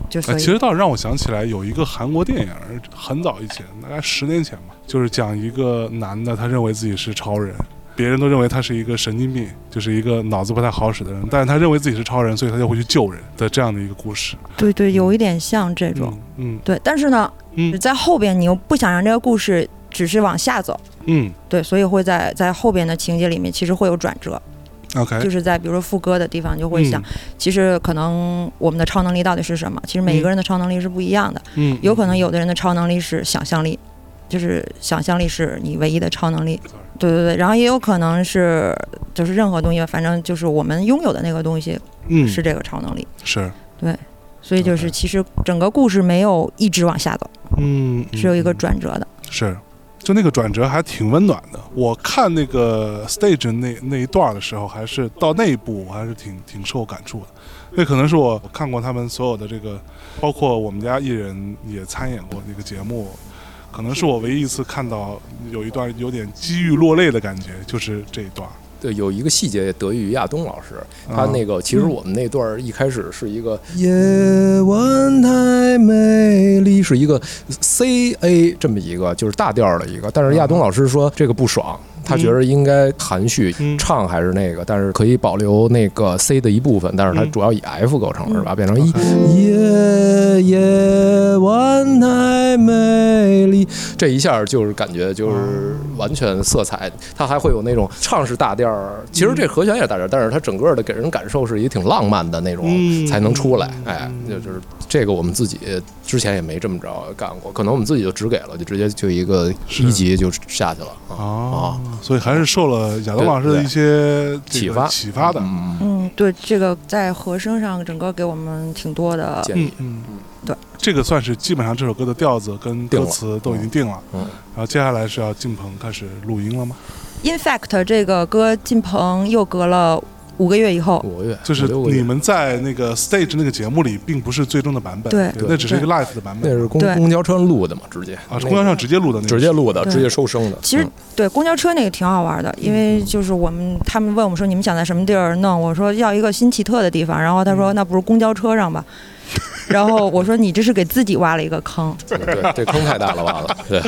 [SPEAKER 3] 就
[SPEAKER 1] 哎，
[SPEAKER 3] 所以
[SPEAKER 1] 其实倒是让我想起来有一个韩国电影，很早以前，大概十年前吧，就是讲一个男的，他认为自己是超人，别人都认为他是一个神经病，就是一个脑子不太好使的人，但是他认为自己是超人，所以他就会去救人的这样的一个故事。
[SPEAKER 3] 对对，有一点像这种。
[SPEAKER 1] 嗯
[SPEAKER 3] 对，但是呢，
[SPEAKER 1] 嗯
[SPEAKER 3] 在后边你又不想让这个故事只是往下走，
[SPEAKER 1] 嗯
[SPEAKER 3] 对，所以会在在后边的情节里面其实会有转折，
[SPEAKER 1] ，OK，
[SPEAKER 3] 就是在比如说副歌的地方就会
[SPEAKER 1] 嗯
[SPEAKER 3] 想，其实可能我们的超能力到底是什么？其实每一个人的超能力是不一样的，
[SPEAKER 1] 嗯嗯，嗯
[SPEAKER 3] 有可能有的人的超能力是想象力。就是想象力是你唯一的超能力，对对对，然后也有可能是就是任何东西吧，反正就是我们拥有的那个东西
[SPEAKER 1] 嗯
[SPEAKER 3] 是这个超能力，
[SPEAKER 1] 是
[SPEAKER 3] 所以就是
[SPEAKER 1] OK
[SPEAKER 3] 其实整个故事没有一直往下走，
[SPEAKER 1] 嗯
[SPEAKER 3] 是有一个
[SPEAKER 1] 嗯
[SPEAKER 3] 转折的。
[SPEAKER 1] 是，就那个转折还挺温暖的。我看那个 stage 那那一段的时候，还是到那一步，我还是挺挺受感触的。那可能是我看过他们所有的这个，包括我们家艺人也参演过那个节目，可能是我唯一一次看到有一段有点机遇落泪的感觉，就是这一段。
[SPEAKER 2] 对，呃有一个细节也得益于亚东老师，他那个其实我们那段儿一开始是一个啊嗯夜晚太美丽，是一个 C A 这么一个就是大调儿的一个，但是亚东老师说这个不爽。他觉得应该含蓄、
[SPEAKER 1] 嗯
[SPEAKER 2] 唱还是那个，但是可以保留那个 C 的一部分，但是它
[SPEAKER 1] 嗯
[SPEAKER 2] 主要以 F 构成、是吧？变成一夜夜晚太美丽，这一下就是感觉就是
[SPEAKER 1] 嗯
[SPEAKER 2] 完全色彩，它还会有那种唱是大调儿，其实
[SPEAKER 1] 嗯
[SPEAKER 2] 这和弦也是大调儿，但是它整个的给人感受是一挺浪漫的那种
[SPEAKER 1] 嗯
[SPEAKER 2] 才能出来，哎，就就是这个我们自己之前也没这么着干过，可能我们自己就只给了，就直接就一个
[SPEAKER 1] 是
[SPEAKER 2] 一级就下去了啊，
[SPEAKER 1] 哦，所以还是受了亚东老师的一些这个
[SPEAKER 2] 启发
[SPEAKER 1] 启发的。
[SPEAKER 2] 嗯，
[SPEAKER 3] 嗯，对，这个在和声上整个给我们挺多的，
[SPEAKER 2] 建
[SPEAKER 1] 嗯
[SPEAKER 2] 议，
[SPEAKER 1] 嗯嗯，
[SPEAKER 3] 对，
[SPEAKER 1] 这个算是基本上这首歌的调子跟歌词都已经定了，
[SPEAKER 2] 嗯嗯
[SPEAKER 1] 然后接下来是要进棚开始录音了吗？
[SPEAKER 3] In fact，这个歌进棚又隔了五个月以后，
[SPEAKER 2] 五个月
[SPEAKER 1] 就是
[SPEAKER 2] 五六个月
[SPEAKER 1] 你们在那个 stage 那个节目里，并不是最终的版本，
[SPEAKER 3] 对
[SPEAKER 1] 那只是一个 live 的版
[SPEAKER 2] 那
[SPEAKER 1] 本
[SPEAKER 2] 是公
[SPEAKER 3] 对
[SPEAKER 2] 公交车录的嘛，直接
[SPEAKER 1] 啊，公交上直接录的那个，
[SPEAKER 2] 直接录的，
[SPEAKER 3] 对
[SPEAKER 2] 直接收声的，
[SPEAKER 3] 其实
[SPEAKER 2] 嗯
[SPEAKER 3] 对公交车那个挺好玩的，因
[SPEAKER 1] 嗯
[SPEAKER 3] 为就是我们他们问我们说你们想在什么地儿弄，我说要一个新奇特的地方，然后他
[SPEAKER 1] 嗯
[SPEAKER 3] 说那不如公交车上吧，然后我说你这是给自己挖了一个坑，
[SPEAKER 2] 对，这坑太大了，完 了。对，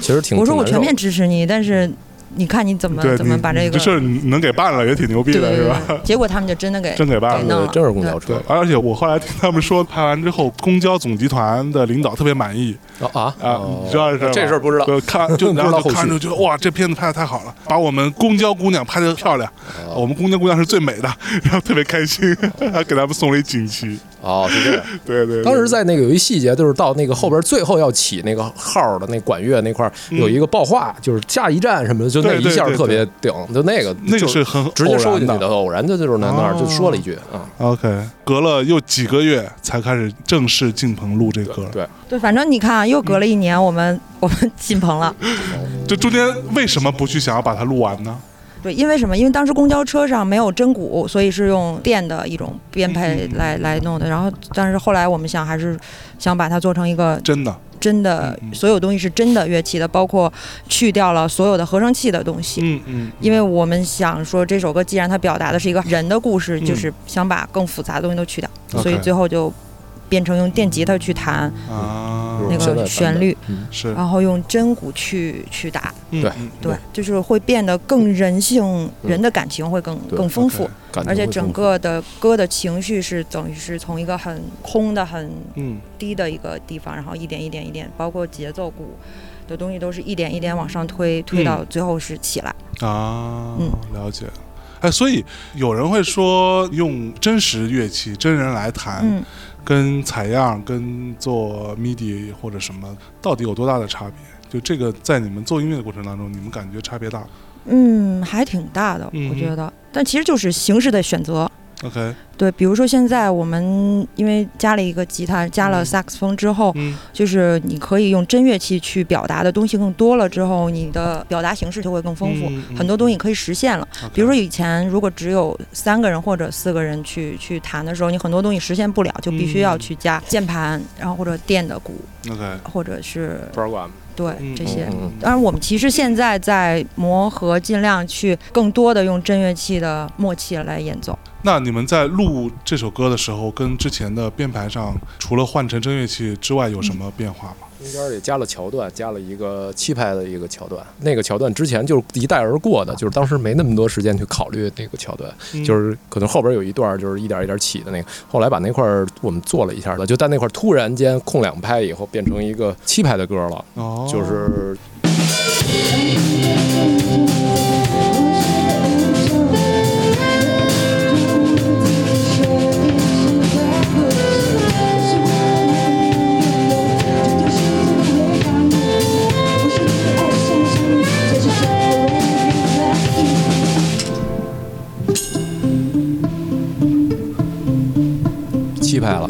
[SPEAKER 2] 其实
[SPEAKER 1] 嗯
[SPEAKER 2] 挺
[SPEAKER 3] 我说我
[SPEAKER 2] 挺
[SPEAKER 3] 全
[SPEAKER 2] 难受
[SPEAKER 3] 面支持你，但是你看你怎么
[SPEAKER 1] 对，
[SPEAKER 3] 怎么
[SPEAKER 1] 你
[SPEAKER 3] 把这
[SPEAKER 1] 你
[SPEAKER 3] 个
[SPEAKER 1] 这事儿你能给办了，也挺牛逼
[SPEAKER 3] 对
[SPEAKER 1] 的，
[SPEAKER 3] 对
[SPEAKER 1] 是
[SPEAKER 3] 对
[SPEAKER 1] 吧？，
[SPEAKER 3] 对结果他们就真的给
[SPEAKER 1] 真给办
[SPEAKER 3] 对
[SPEAKER 1] 了。
[SPEAKER 2] 对
[SPEAKER 3] 弄了，
[SPEAKER 2] 真是公交车
[SPEAKER 1] 对，而且我后来听他们说，拍完之后，公交总集团的领导特别满意
[SPEAKER 2] 啊啊
[SPEAKER 1] 啊，你知道这事儿吗
[SPEAKER 2] 这事儿不知道
[SPEAKER 1] 对看就
[SPEAKER 2] 不知道
[SPEAKER 1] 然后
[SPEAKER 2] 后
[SPEAKER 1] 就
[SPEAKER 2] 续
[SPEAKER 1] 看着就觉得哇，这片子拍的太好了，把我们公交姑娘拍的漂亮，我们公交姑娘是最美的，然后特别开心， 还给他们送了一锦旗，
[SPEAKER 2] 哦，是这样。
[SPEAKER 1] 对对对，
[SPEAKER 2] 当时在那个有一细节，就是到那个后边最后要起那个号的那管乐那块儿有一个报话，就是下一站什么的，就那
[SPEAKER 1] 对
[SPEAKER 2] 一
[SPEAKER 1] 对
[SPEAKER 2] 下
[SPEAKER 1] 嗯对
[SPEAKER 2] 特别顶，就那个
[SPEAKER 1] 那个
[SPEAKER 2] 就是
[SPEAKER 1] 很
[SPEAKER 2] 直接收
[SPEAKER 1] 偶
[SPEAKER 2] 进去
[SPEAKER 1] 然的
[SPEAKER 2] 的，偶然的就是在那儿
[SPEAKER 3] 哦
[SPEAKER 2] 就说了一句啊，
[SPEAKER 1] OK，隔了又几个月才开始正式进棚录这歌，
[SPEAKER 2] 对，
[SPEAKER 3] 对，反正你看啊，又隔了
[SPEAKER 1] 嗯
[SPEAKER 3] 一年，我们我们进棚了。
[SPEAKER 1] 这中间为什么不去想要把它录完呢？
[SPEAKER 3] 对，因为什么？因为当时公交车上没有真鼓，所以是用电的一种编
[SPEAKER 1] 嗯
[SPEAKER 3] 配
[SPEAKER 1] 嗯嗯
[SPEAKER 3] 来来弄的。然后，但是后来我们想，还是想把它做成一个
[SPEAKER 1] 真的，
[SPEAKER 3] 真的
[SPEAKER 1] 嗯嗯，
[SPEAKER 3] 所有东西是真的乐器的，包括去掉了所有的合成器的东西。
[SPEAKER 1] 嗯嗯，
[SPEAKER 3] 因为我们想说，这首歌既然它表达的是一个人的故事，
[SPEAKER 1] 嗯
[SPEAKER 3] 就是想把更复杂的东西都去掉，
[SPEAKER 1] OK
[SPEAKER 3] 所以最后就变成用电吉他去弹
[SPEAKER 1] 啊，
[SPEAKER 2] 嗯现
[SPEAKER 3] 那
[SPEAKER 2] 在版
[SPEAKER 3] 个
[SPEAKER 2] 本
[SPEAKER 3] 旋律，
[SPEAKER 1] 是，
[SPEAKER 3] 然后用真鼓去去打。
[SPEAKER 1] 嗯
[SPEAKER 2] 对
[SPEAKER 1] 嗯
[SPEAKER 3] 对，就是会变得更人性，人的感情会更
[SPEAKER 2] 对
[SPEAKER 3] 更丰富
[SPEAKER 1] OK，
[SPEAKER 2] 感觉
[SPEAKER 3] 而且
[SPEAKER 2] 会
[SPEAKER 3] 整
[SPEAKER 2] 更
[SPEAKER 3] 个的歌的情绪是等于是从一个很空的、很
[SPEAKER 1] 嗯
[SPEAKER 3] 低的一个地方，然后一点一点一点，包括节奏鼓的东西都是一点一点往上推，
[SPEAKER 1] 嗯
[SPEAKER 3] 推到最后是起来。
[SPEAKER 1] 啊
[SPEAKER 3] 嗯，
[SPEAKER 1] 了解。哎，所以有人会说，用真实乐器、真人来弹，
[SPEAKER 3] 嗯，
[SPEAKER 1] 跟采样、跟做 MIDI 或者什么，到底有多大的差别？就这个，在你们做音乐的过程当中，你们感觉差别大吗
[SPEAKER 3] 嗯，还挺大的，
[SPEAKER 1] 嗯
[SPEAKER 3] 我觉得。但其实就是形式的选择。
[SPEAKER 1] ？OK，
[SPEAKER 3] 对，比如说现在我们因为加了一个吉他，加了
[SPEAKER 1] 嗯
[SPEAKER 3] 萨克斯风之后，
[SPEAKER 1] 嗯
[SPEAKER 3] 就是你可以用真乐器去表达的东西更多了之后，你的表达形式就会更丰富，
[SPEAKER 1] 嗯嗯
[SPEAKER 3] 很多东西可以实现了。
[SPEAKER 1] ，OK，
[SPEAKER 3] 比如说以前如果只有三个人或者四个人去去谈的时候，你很多东西实现不了，就必须要去加键盘，然后或者电的鼓，
[SPEAKER 1] OK，
[SPEAKER 3] 或者是
[SPEAKER 2] program
[SPEAKER 3] 对
[SPEAKER 1] 嗯
[SPEAKER 3] 这些。啊
[SPEAKER 2] 嗯
[SPEAKER 3] 当然，我们其实现在在磨合，尽量去更多的用真乐器的默契来演奏。
[SPEAKER 1] 那你们在录录这首歌的时候，跟之前的编排上，除了换成真乐器之外，有什么变化吗？
[SPEAKER 2] 中间也加了桥段，加了一个七拍的一个桥段。那个桥段之前就是一带而过的，就是当时没那么多时间去考虑那个桥段，就是可能后边有一段就是一点一点起的那个。后来把那块儿我们做了一下的，就在那块儿突然间空两拍以后，变成一个七拍的歌了，
[SPEAKER 1] 哦
[SPEAKER 2] 就是七拍了。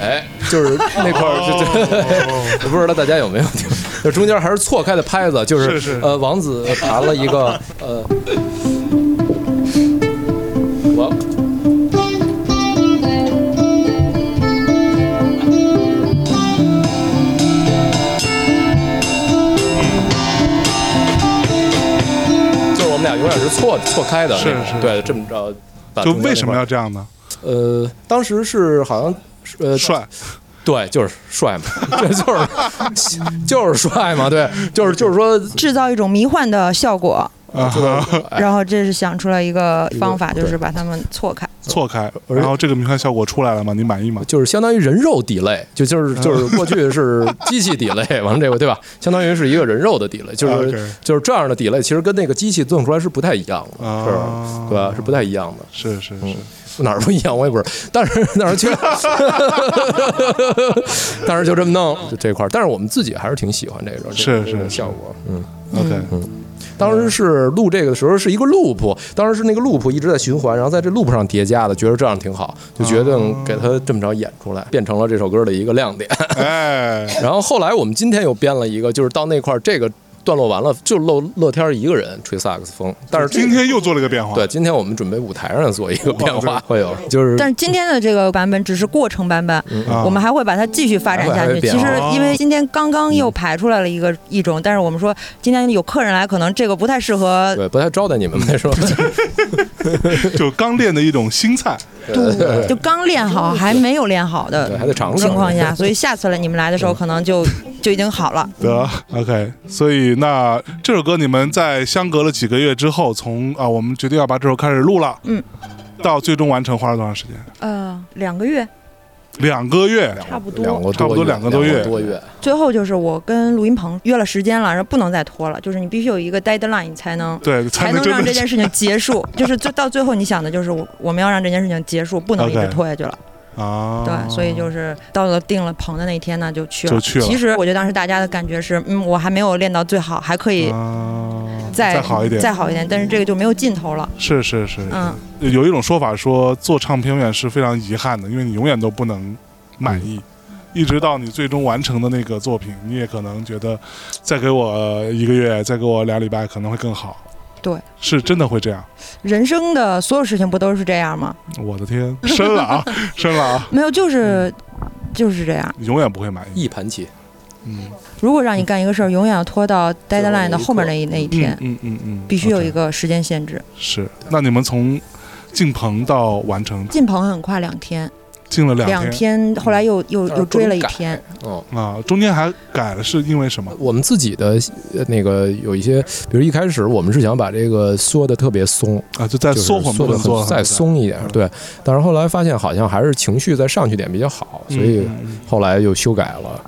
[SPEAKER 2] 哎，就是 哦那块儿，就就我不知道大家有没有听，就中间还是错开的拍子，就是
[SPEAKER 1] 是是
[SPEAKER 2] 呃，王子弹了一个呃，我。就是我们俩永远是错错开的那种，
[SPEAKER 1] 是是
[SPEAKER 2] 对，这么着把
[SPEAKER 1] 就
[SPEAKER 2] 中间那块儿。
[SPEAKER 1] 为什么要这样呢？
[SPEAKER 2] 呃，当时是好像是呃
[SPEAKER 1] 帅，
[SPEAKER 2] 对，就是帅嘛，对，就是就是帅嘛，对，就是就是说，
[SPEAKER 3] 制造一种迷幻的效果，
[SPEAKER 1] 啊
[SPEAKER 2] 就是哎
[SPEAKER 3] 然后这是想出来一个方法，
[SPEAKER 2] 对
[SPEAKER 3] 就是把它们错开。
[SPEAKER 1] 错开，
[SPEAKER 2] 而且
[SPEAKER 1] 然后这个迷幻效果出来了吗？你满意吗？
[SPEAKER 2] 就是相当于人肉底类，就就是就是过去是机器底类，完了这个对吧？相当于是一个人肉的底类，就是
[SPEAKER 1] 啊 OK
[SPEAKER 2] 就是这样的底类，其实跟那个机器弄出来是不太一样的，
[SPEAKER 1] 啊
[SPEAKER 2] 是对吧？是不太一样的。
[SPEAKER 1] 是是是，
[SPEAKER 2] 哪儿不一样我也不知道，但是但是就，但是就这么弄就这块儿，但是我们自己还是挺喜欢这种
[SPEAKER 1] 是
[SPEAKER 2] 这种
[SPEAKER 1] 是是
[SPEAKER 2] 效果，嗯。
[SPEAKER 1] OK，
[SPEAKER 2] 当时是录这个的时候是一个 loop，当时是那个 loop 一直在循环，然后在这 loop 上叠加的，觉得这样挺好，就决
[SPEAKER 1] 哦
[SPEAKER 2] 定给它这么着演出来，变成了这首歌的一个亮点。
[SPEAKER 1] 哎，
[SPEAKER 2] 然后后来我们今天又编了一个，就是到那块儿这个段落完了，就露乐天儿一个人吹萨克斯风，但是这
[SPEAKER 1] 今。天又做了一个变化，
[SPEAKER 2] 对，，今天我们准备舞台上做一个变
[SPEAKER 1] 哦
[SPEAKER 2] 化，会有就是，
[SPEAKER 3] 但是今天的这个版本只是过程版
[SPEAKER 2] 嗯
[SPEAKER 3] 本，
[SPEAKER 1] 啊
[SPEAKER 3] 我们还会把它继续发展
[SPEAKER 2] 还
[SPEAKER 3] 下
[SPEAKER 2] 会
[SPEAKER 3] 去。
[SPEAKER 2] 变
[SPEAKER 3] 其实
[SPEAKER 1] 哦
[SPEAKER 3] 因为今天刚刚又排出来了一个一种，但是我们说今天有客人来，可能这个不太适合。
[SPEAKER 2] 对，不太招 待你们来说，
[SPEAKER 1] 就刚练的一种新菜，
[SPEAKER 3] 对，就刚练好还没有练好的
[SPEAKER 2] 对，还得尝尝
[SPEAKER 3] 情况下，所以下次来你们来的时候，可能就就已经好了。
[SPEAKER 1] 得，OK，所以那这首歌你们在相隔了几个月之后，从啊，我们决定要把这首开始录了，
[SPEAKER 3] 嗯，
[SPEAKER 1] 到最终完成花了多长时间？
[SPEAKER 3] 呃，两个月
[SPEAKER 1] 两个月，
[SPEAKER 3] 差不
[SPEAKER 2] 两个
[SPEAKER 3] 多。
[SPEAKER 1] 差不多
[SPEAKER 2] 多
[SPEAKER 1] 两个
[SPEAKER 2] 个
[SPEAKER 1] 多月
[SPEAKER 2] 多月，
[SPEAKER 3] 最后就是我跟录音棚约了时间了，然后不能再拖了，就是你必须有一个 deadline 你才能
[SPEAKER 1] 对，
[SPEAKER 3] 才
[SPEAKER 1] 能
[SPEAKER 3] 能
[SPEAKER 1] 真
[SPEAKER 3] 让
[SPEAKER 1] 的
[SPEAKER 3] 这件事情结 束。就是最到最后，你想的就是我我们要让这件事情结束，不能一直
[SPEAKER 1] OK
[SPEAKER 3] 拖下去了。
[SPEAKER 1] 啊，
[SPEAKER 3] 对，所以就是到了定了棚的那一天呢，就去了。
[SPEAKER 1] 就去了
[SPEAKER 3] 其实我觉得当时大家的感觉是，嗯，我还没有练到最好，还可以
[SPEAKER 1] 啊，
[SPEAKER 3] 再、
[SPEAKER 1] 好一点，
[SPEAKER 3] 再好一点，但是这个就没有尽头了。
[SPEAKER 1] 是是是，
[SPEAKER 3] 嗯，
[SPEAKER 1] 有一种说法说做唱片永远是非常遗憾的，因为你永远都不能满意。
[SPEAKER 3] 嗯
[SPEAKER 1] 一直到你最终完成的那个作品，你也可能觉得，再给我呃一个月，再给我俩礼拜，可能会更好。
[SPEAKER 3] 对，
[SPEAKER 1] 是真的会这样。
[SPEAKER 3] 人生的所有事情不都是这样吗？
[SPEAKER 1] 我的天，深了 啊，深了啊，
[SPEAKER 3] 没有，就是、就是这样。
[SPEAKER 1] 永远不会满意。
[SPEAKER 2] 一盘棋，
[SPEAKER 1] 嗯
[SPEAKER 3] 如果让你干一个事儿，永远要拖到
[SPEAKER 2] 最后那
[SPEAKER 3] deadline 的
[SPEAKER 2] 一
[SPEAKER 3] 后面
[SPEAKER 2] 刻
[SPEAKER 3] 那一那一天
[SPEAKER 1] 嗯，嗯嗯嗯，
[SPEAKER 3] 必须有一
[SPEAKER 1] OK，
[SPEAKER 3] 个时间限制。
[SPEAKER 1] 是，那你们从进棚到完成
[SPEAKER 3] 进棚很快，两天，
[SPEAKER 1] 进了两
[SPEAKER 3] 两
[SPEAKER 1] 天嗯
[SPEAKER 3] 天，后来又又
[SPEAKER 2] 但是
[SPEAKER 3] 又
[SPEAKER 2] 呃不
[SPEAKER 3] 追
[SPEAKER 2] 能
[SPEAKER 3] 了一
[SPEAKER 2] 改
[SPEAKER 3] 天。
[SPEAKER 2] 嗯。
[SPEAKER 1] 啊，中间还改了，是因为什么？
[SPEAKER 2] 我们自己的呃那个有一些，比如一开始我们是想把这个缩的特别松，
[SPEAKER 1] 啊，就再
[SPEAKER 2] 就是
[SPEAKER 1] 缩混
[SPEAKER 2] 缩
[SPEAKER 1] 不
[SPEAKER 2] 的
[SPEAKER 1] 能做，
[SPEAKER 2] 再松一点
[SPEAKER 1] 嗯，
[SPEAKER 2] 对。但是后来发现好像还是情绪再上去点比较好，
[SPEAKER 1] 嗯，
[SPEAKER 2] 所以
[SPEAKER 1] 嗯嗯
[SPEAKER 2] 后来又修改了。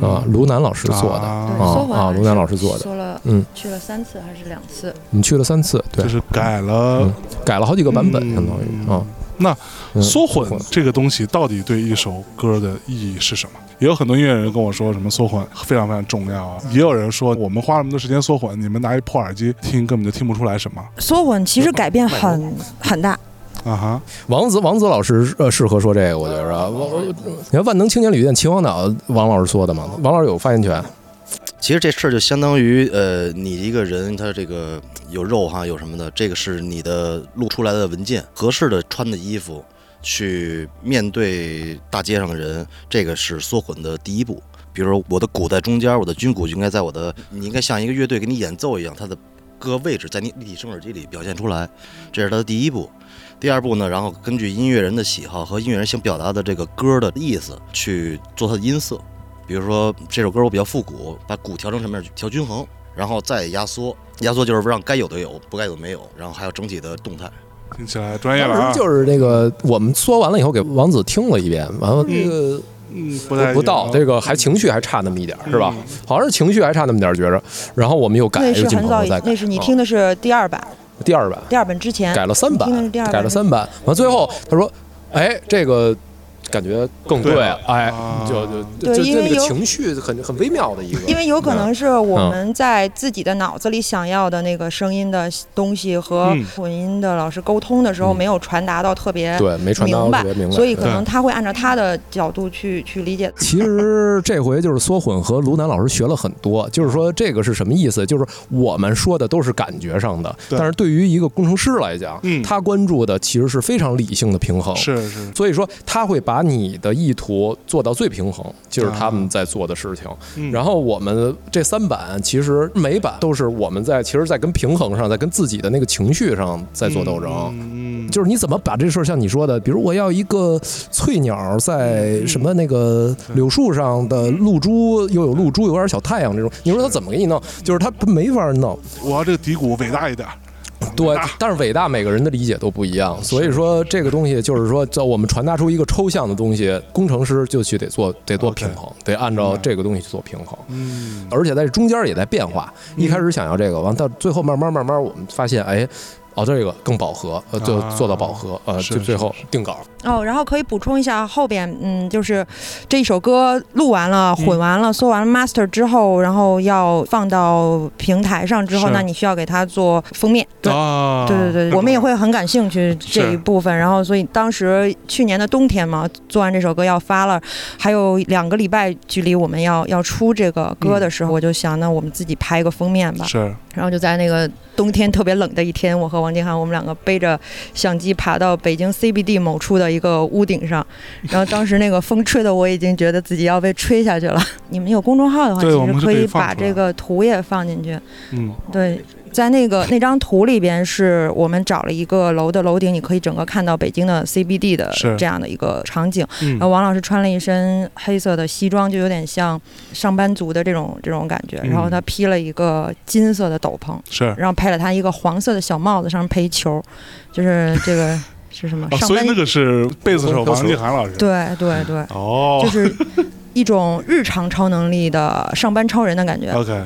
[SPEAKER 2] 啊，卢楠老师做的，
[SPEAKER 3] 对，
[SPEAKER 1] 啊
[SPEAKER 2] 哦
[SPEAKER 3] 缩回
[SPEAKER 2] 啊
[SPEAKER 3] 来
[SPEAKER 2] 卢楠
[SPEAKER 3] 是
[SPEAKER 2] 老师做的
[SPEAKER 3] 缩了，
[SPEAKER 2] 嗯，
[SPEAKER 3] 去了三次还是两次？
[SPEAKER 2] 我们去了三次，对
[SPEAKER 1] 就，是改了
[SPEAKER 2] 嗯改了好几个版本，
[SPEAKER 1] 嗯
[SPEAKER 2] 相当于啊。
[SPEAKER 1] 那
[SPEAKER 2] 嗯
[SPEAKER 1] 缩混这个东西到底对一首歌的意义是什么？也有很多音乐人跟我说什么缩混非常非常重要啊，也有人说我们花那么多时间缩混，你们拿一破耳机听根本就听不出来什么。
[SPEAKER 2] 嗯
[SPEAKER 3] 缩混其实改变很很大，
[SPEAKER 1] 啊哈，
[SPEAKER 2] 王子王子老师呃适合说这个，我觉着。我你看万能青年旅店秦皇岛，王老师说的嘛，王老师有发言权。
[SPEAKER 4] 其实这事儿就相当于，呃，你一个人他这个有肉哈，有什么的，这个是你的露出来的文件，合适的穿的衣服去面对大街上的人，这个是缩混的第一步。比如说我的鼓在中间，我的军鼓就应该在我的，你应该像一个乐队给你演奏一样，它的各个位置在你立体声耳机里表现出来，这是它的第一步。第二步呢，然后根据音乐人的喜好和音乐人想表达的这个歌的意思去做它的音色，比如说这首歌我比较复古，把鼓调成什么样调均衡，然后再压缩，压缩就是让该有的有，不该有的没有，然后还有整体的动态。
[SPEAKER 1] 听起来专业了
[SPEAKER 2] 当
[SPEAKER 1] 啊
[SPEAKER 2] 时，就是那个我们说完了以后给王子听了一遍，完了那个
[SPEAKER 1] 嗯，不太
[SPEAKER 2] 不
[SPEAKER 1] 一
[SPEAKER 2] 到
[SPEAKER 1] 样
[SPEAKER 2] 这个还情绪还差那么一点儿是吧
[SPEAKER 1] 嗯？
[SPEAKER 2] 好像是情绪还差那么点儿觉着，然后我们又改
[SPEAKER 3] 那
[SPEAKER 2] 又
[SPEAKER 3] 是
[SPEAKER 2] 进
[SPEAKER 3] 很早
[SPEAKER 2] 棚
[SPEAKER 3] 以
[SPEAKER 2] 再，改，
[SPEAKER 3] 那是你
[SPEAKER 2] 啊
[SPEAKER 3] 听的是第二版，
[SPEAKER 2] 第二版。
[SPEAKER 3] 第二版之前
[SPEAKER 2] 改了三版
[SPEAKER 3] 你听的是第二，版
[SPEAKER 2] 改了三版，完最后他说，哎，这个感觉更对
[SPEAKER 1] 对
[SPEAKER 2] 了，哎
[SPEAKER 1] 啊，
[SPEAKER 2] 就就
[SPEAKER 3] 对
[SPEAKER 2] 就
[SPEAKER 3] 因
[SPEAKER 2] 就
[SPEAKER 3] 为
[SPEAKER 2] 那个
[SPEAKER 3] 有
[SPEAKER 2] 情绪很很微妙的一个，
[SPEAKER 3] 因为有可能是我
[SPEAKER 2] 嗯
[SPEAKER 3] 们在自己的脑子里想要的那个声音的东西和
[SPEAKER 1] 嗯
[SPEAKER 3] 混音的老师沟通的时候，
[SPEAKER 2] 嗯
[SPEAKER 3] 没有传达到特别
[SPEAKER 2] 对没传达
[SPEAKER 3] 明
[SPEAKER 2] 特
[SPEAKER 3] 白
[SPEAKER 2] 别明，白，
[SPEAKER 3] 所以可能
[SPEAKER 1] 对
[SPEAKER 3] 他会按照他的角度去去理解。
[SPEAKER 2] 其实这回就是缩混和卢楠老师学了很多，就是说这个是什么意思？就是我们说的都是感觉上的，
[SPEAKER 1] 对
[SPEAKER 2] 但是对于一个工程师来讲，
[SPEAKER 1] 嗯
[SPEAKER 2] 他关注的其实是非常理性的平衡。
[SPEAKER 1] 是是，
[SPEAKER 2] 所以说，他会把你的意图做到最平衡，就是他们在做的事情。
[SPEAKER 1] 嗯
[SPEAKER 2] 然后我们这三版其实每版都是我们在其实，在跟平衡上，在跟自己的那个情绪上在做斗争。
[SPEAKER 1] 嗯，嗯
[SPEAKER 2] 就是你怎么把这事儿像你说的，比如我要一个翠鸟在什么那
[SPEAKER 1] 嗯
[SPEAKER 2] 个柳树上的露珠，又有露珠，有点小太阳这种，你说他怎么给你弄？就是他没法弄。
[SPEAKER 1] 我要这个底鼓伟大一点儿，
[SPEAKER 2] 对，但是伟大每个人的理解都不一样，所以说这个东西就是说，在我们传达出一个抽象的东西，工程师就去得做得做
[SPEAKER 1] OK
[SPEAKER 2] 平衡，得按照这个东西去做平衡。
[SPEAKER 1] 嗯，
[SPEAKER 2] 而且在这中间也在变化。一开始想要这个，完到最后慢慢慢慢，我们发现，哎，哦，这个更饱和，呃，就
[SPEAKER 1] 啊
[SPEAKER 2] 做到饱和，呃，
[SPEAKER 1] 是
[SPEAKER 2] 就是最后定稿。
[SPEAKER 3] 哦，然后可以补充一下后边，嗯，就是这一首歌录完了、
[SPEAKER 2] 嗯
[SPEAKER 3] 混完了、缩完了 master 之后，然后要放到平台上之后，
[SPEAKER 1] 是
[SPEAKER 3] 那你需要给它做封面。
[SPEAKER 1] 啊，
[SPEAKER 3] 对对对，我们也会很感兴趣这
[SPEAKER 1] 是
[SPEAKER 3] 一部分。然后，所以当时去年的冬天嘛，做完这首歌要发了，还有两个礼拜距离我们要要出这个歌的时候，我就想，那我们自己拍一个封面吧。
[SPEAKER 1] 嗯是
[SPEAKER 3] 然后就在那个冬天特别冷的一天，我和王金涵我们两个背着相机爬到北京 CBD 某处的一个屋 顶上，然后当时那个风吹的我已经觉得自己要被吹下去了。 你们有公众号的话，其
[SPEAKER 1] 对我们
[SPEAKER 3] 实
[SPEAKER 1] 是
[SPEAKER 3] 可
[SPEAKER 1] 可以
[SPEAKER 3] 以
[SPEAKER 1] 放
[SPEAKER 3] 把
[SPEAKER 1] 出来
[SPEAKER 3] 这个图也放进去。
[SPEAKER 1] 嗯
[SPEAKER 3] 对，在那个那张图里边，是我们找了一个楼的楼顶，你可以整个看到北京的 CBD 的
[SPEAKER 1] 是
[SPEAKER 3] 这样的一个场景。
[SPEAKER 1] 嗯
[SPEAKER 3] 然后王老师穿了一身黑色的西装，就有点像上班族的这种这种感觉。
[SPEAKER 1] 嗯啊
[SPEAKER 3] 然后他披了一个金色的斗篷，
[SPEAKER 1] 是
[SPEAKER 3] 然后配了他一个黄色的小帽子，上面配一球，就是 这个是什么？
[SPEAKER 1] 哦，
[SPEAKER 3] 上
[SPEAKER 1] 所以
[SPEAKER 3] 班
[SPEAKER 1] 那个是贝斯手
[SPEAKER 2] 工程
[SPEAKER 1] 王
[SPEAKER 2] 师
[SPEAKER 1] 继涵老师，
[SPEAKER 3] 对对对，
[SPEAKER 1] 哦
[SPEAKER 3] 就是一种日常超能力的上班超人的感觉。
[SPEAKER 1] ，OK，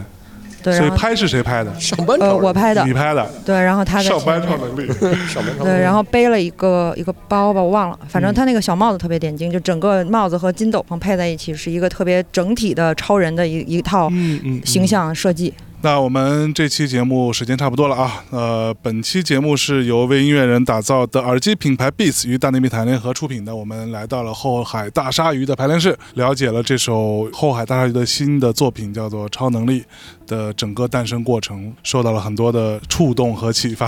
[SPEAKER 3] 对，
[SPEAKER 1] 哦所以
[SPEAKER 3] 然后
[SPEAKER 1] 拍是谁拍的？
[SPEAKER 2] 上班
[SPEAKER 3] 呃
[SPEAKER 2] 超人
[SPEAKER 3] 我拍的
[SPEAKER 1] 你，拍的，
[SPEAKER 3] 对，然后他在
[SPEAKER 1] 上
[SPEAKER 3] 前
[SPEAKER 1] 班
[SPEAKER 3] 面
[SPEAKER 1] 超能 力，
[SPEAKER 2] 上班超人
[SPEAKER 3] 对，然后背了一个一个包吧，我忘了，反正他那个小帽子特别点睛，就整个帽子和金斗篷配在一起，是一个特别整体的超人的一一套
[SPEAKER 1] 嗯嗯，嗯
[SPEAKER 3] 形象设计。
[SPEAKER 1] 那我们这期节目时间差不多了啊，呃，本期节目是由为音乐人打造的耳机品牌 Beats 与大内密谈联合出品的。我们来到了后海大鲨鱼的排练室，了解了这首后海大鲨鱼的新的作品叫做《超能力》的整个诞生过程，受到了很多的触动和启发。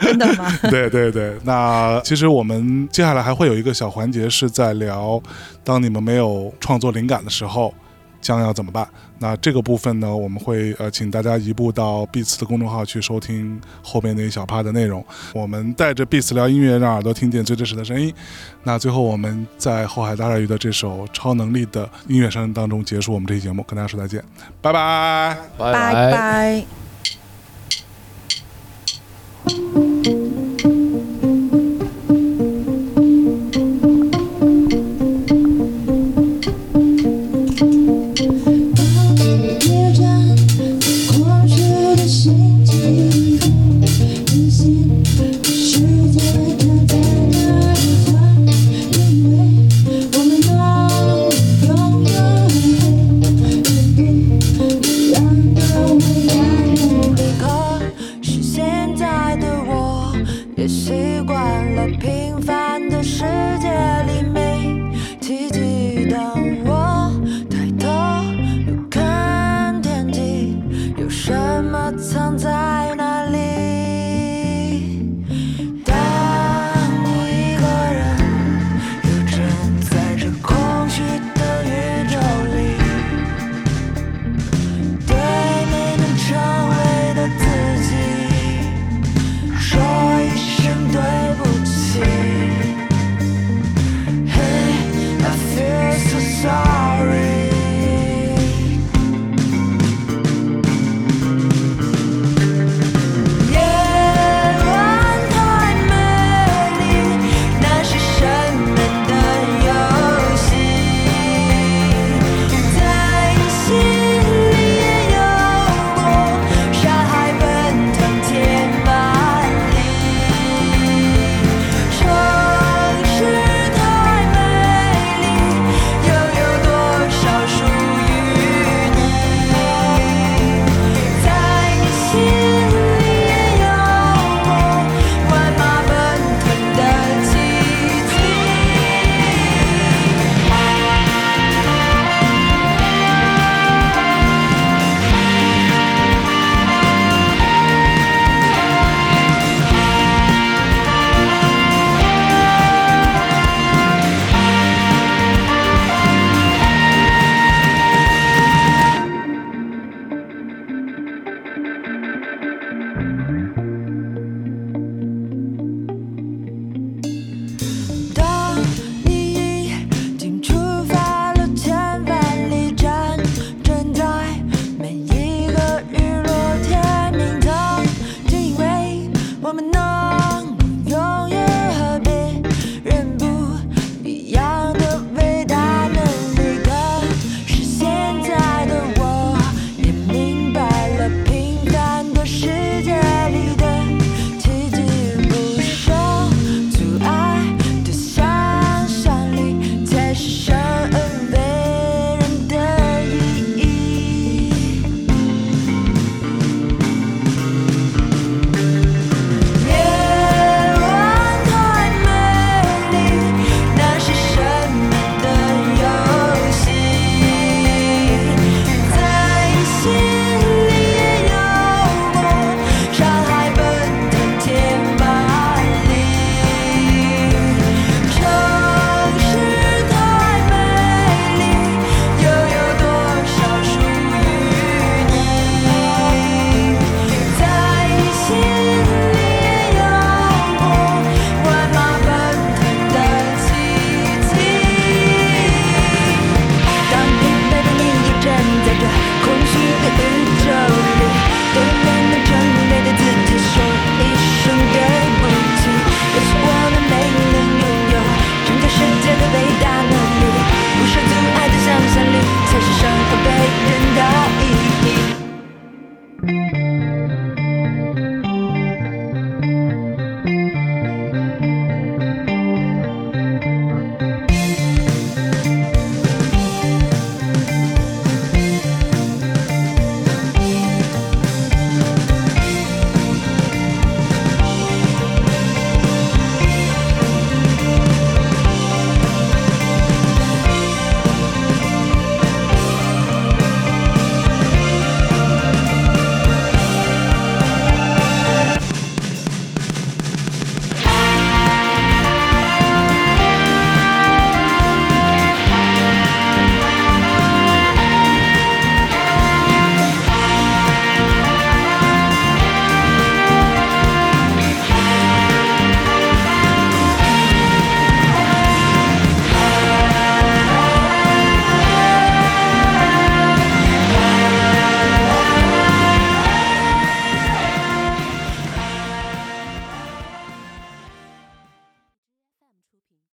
[SPEAKER 3] 真的吗？
[SPEAKER 1] 对对对，那其实我们接下来还会有一个小环节是在聊，当你们没有创作灵感的时候，将要怎么办？那这个部分呢，我们会呃请大家移步到 Beats 的公众号去收听后面那一小趴的内容。我们带着 Beats 聊音乐，让耳朵听见最真实的声音。那最后我们在后海大鲨鱼的这首超能力的音乐声音当中结束我们这期节目，跟大家说再见，拜拜。
[SPEAKER 2] 拜
[SPEAKER 3] 拜
[SPEAKER 2] 拜。
[SPEAKER 3] 拜。
[SPEAKER 6] 夜战，狂热的心情，担心世界它在哪里转，因为我们要拥有一个不一样的未来。
[SPEAKER 7] 了平凡的世界，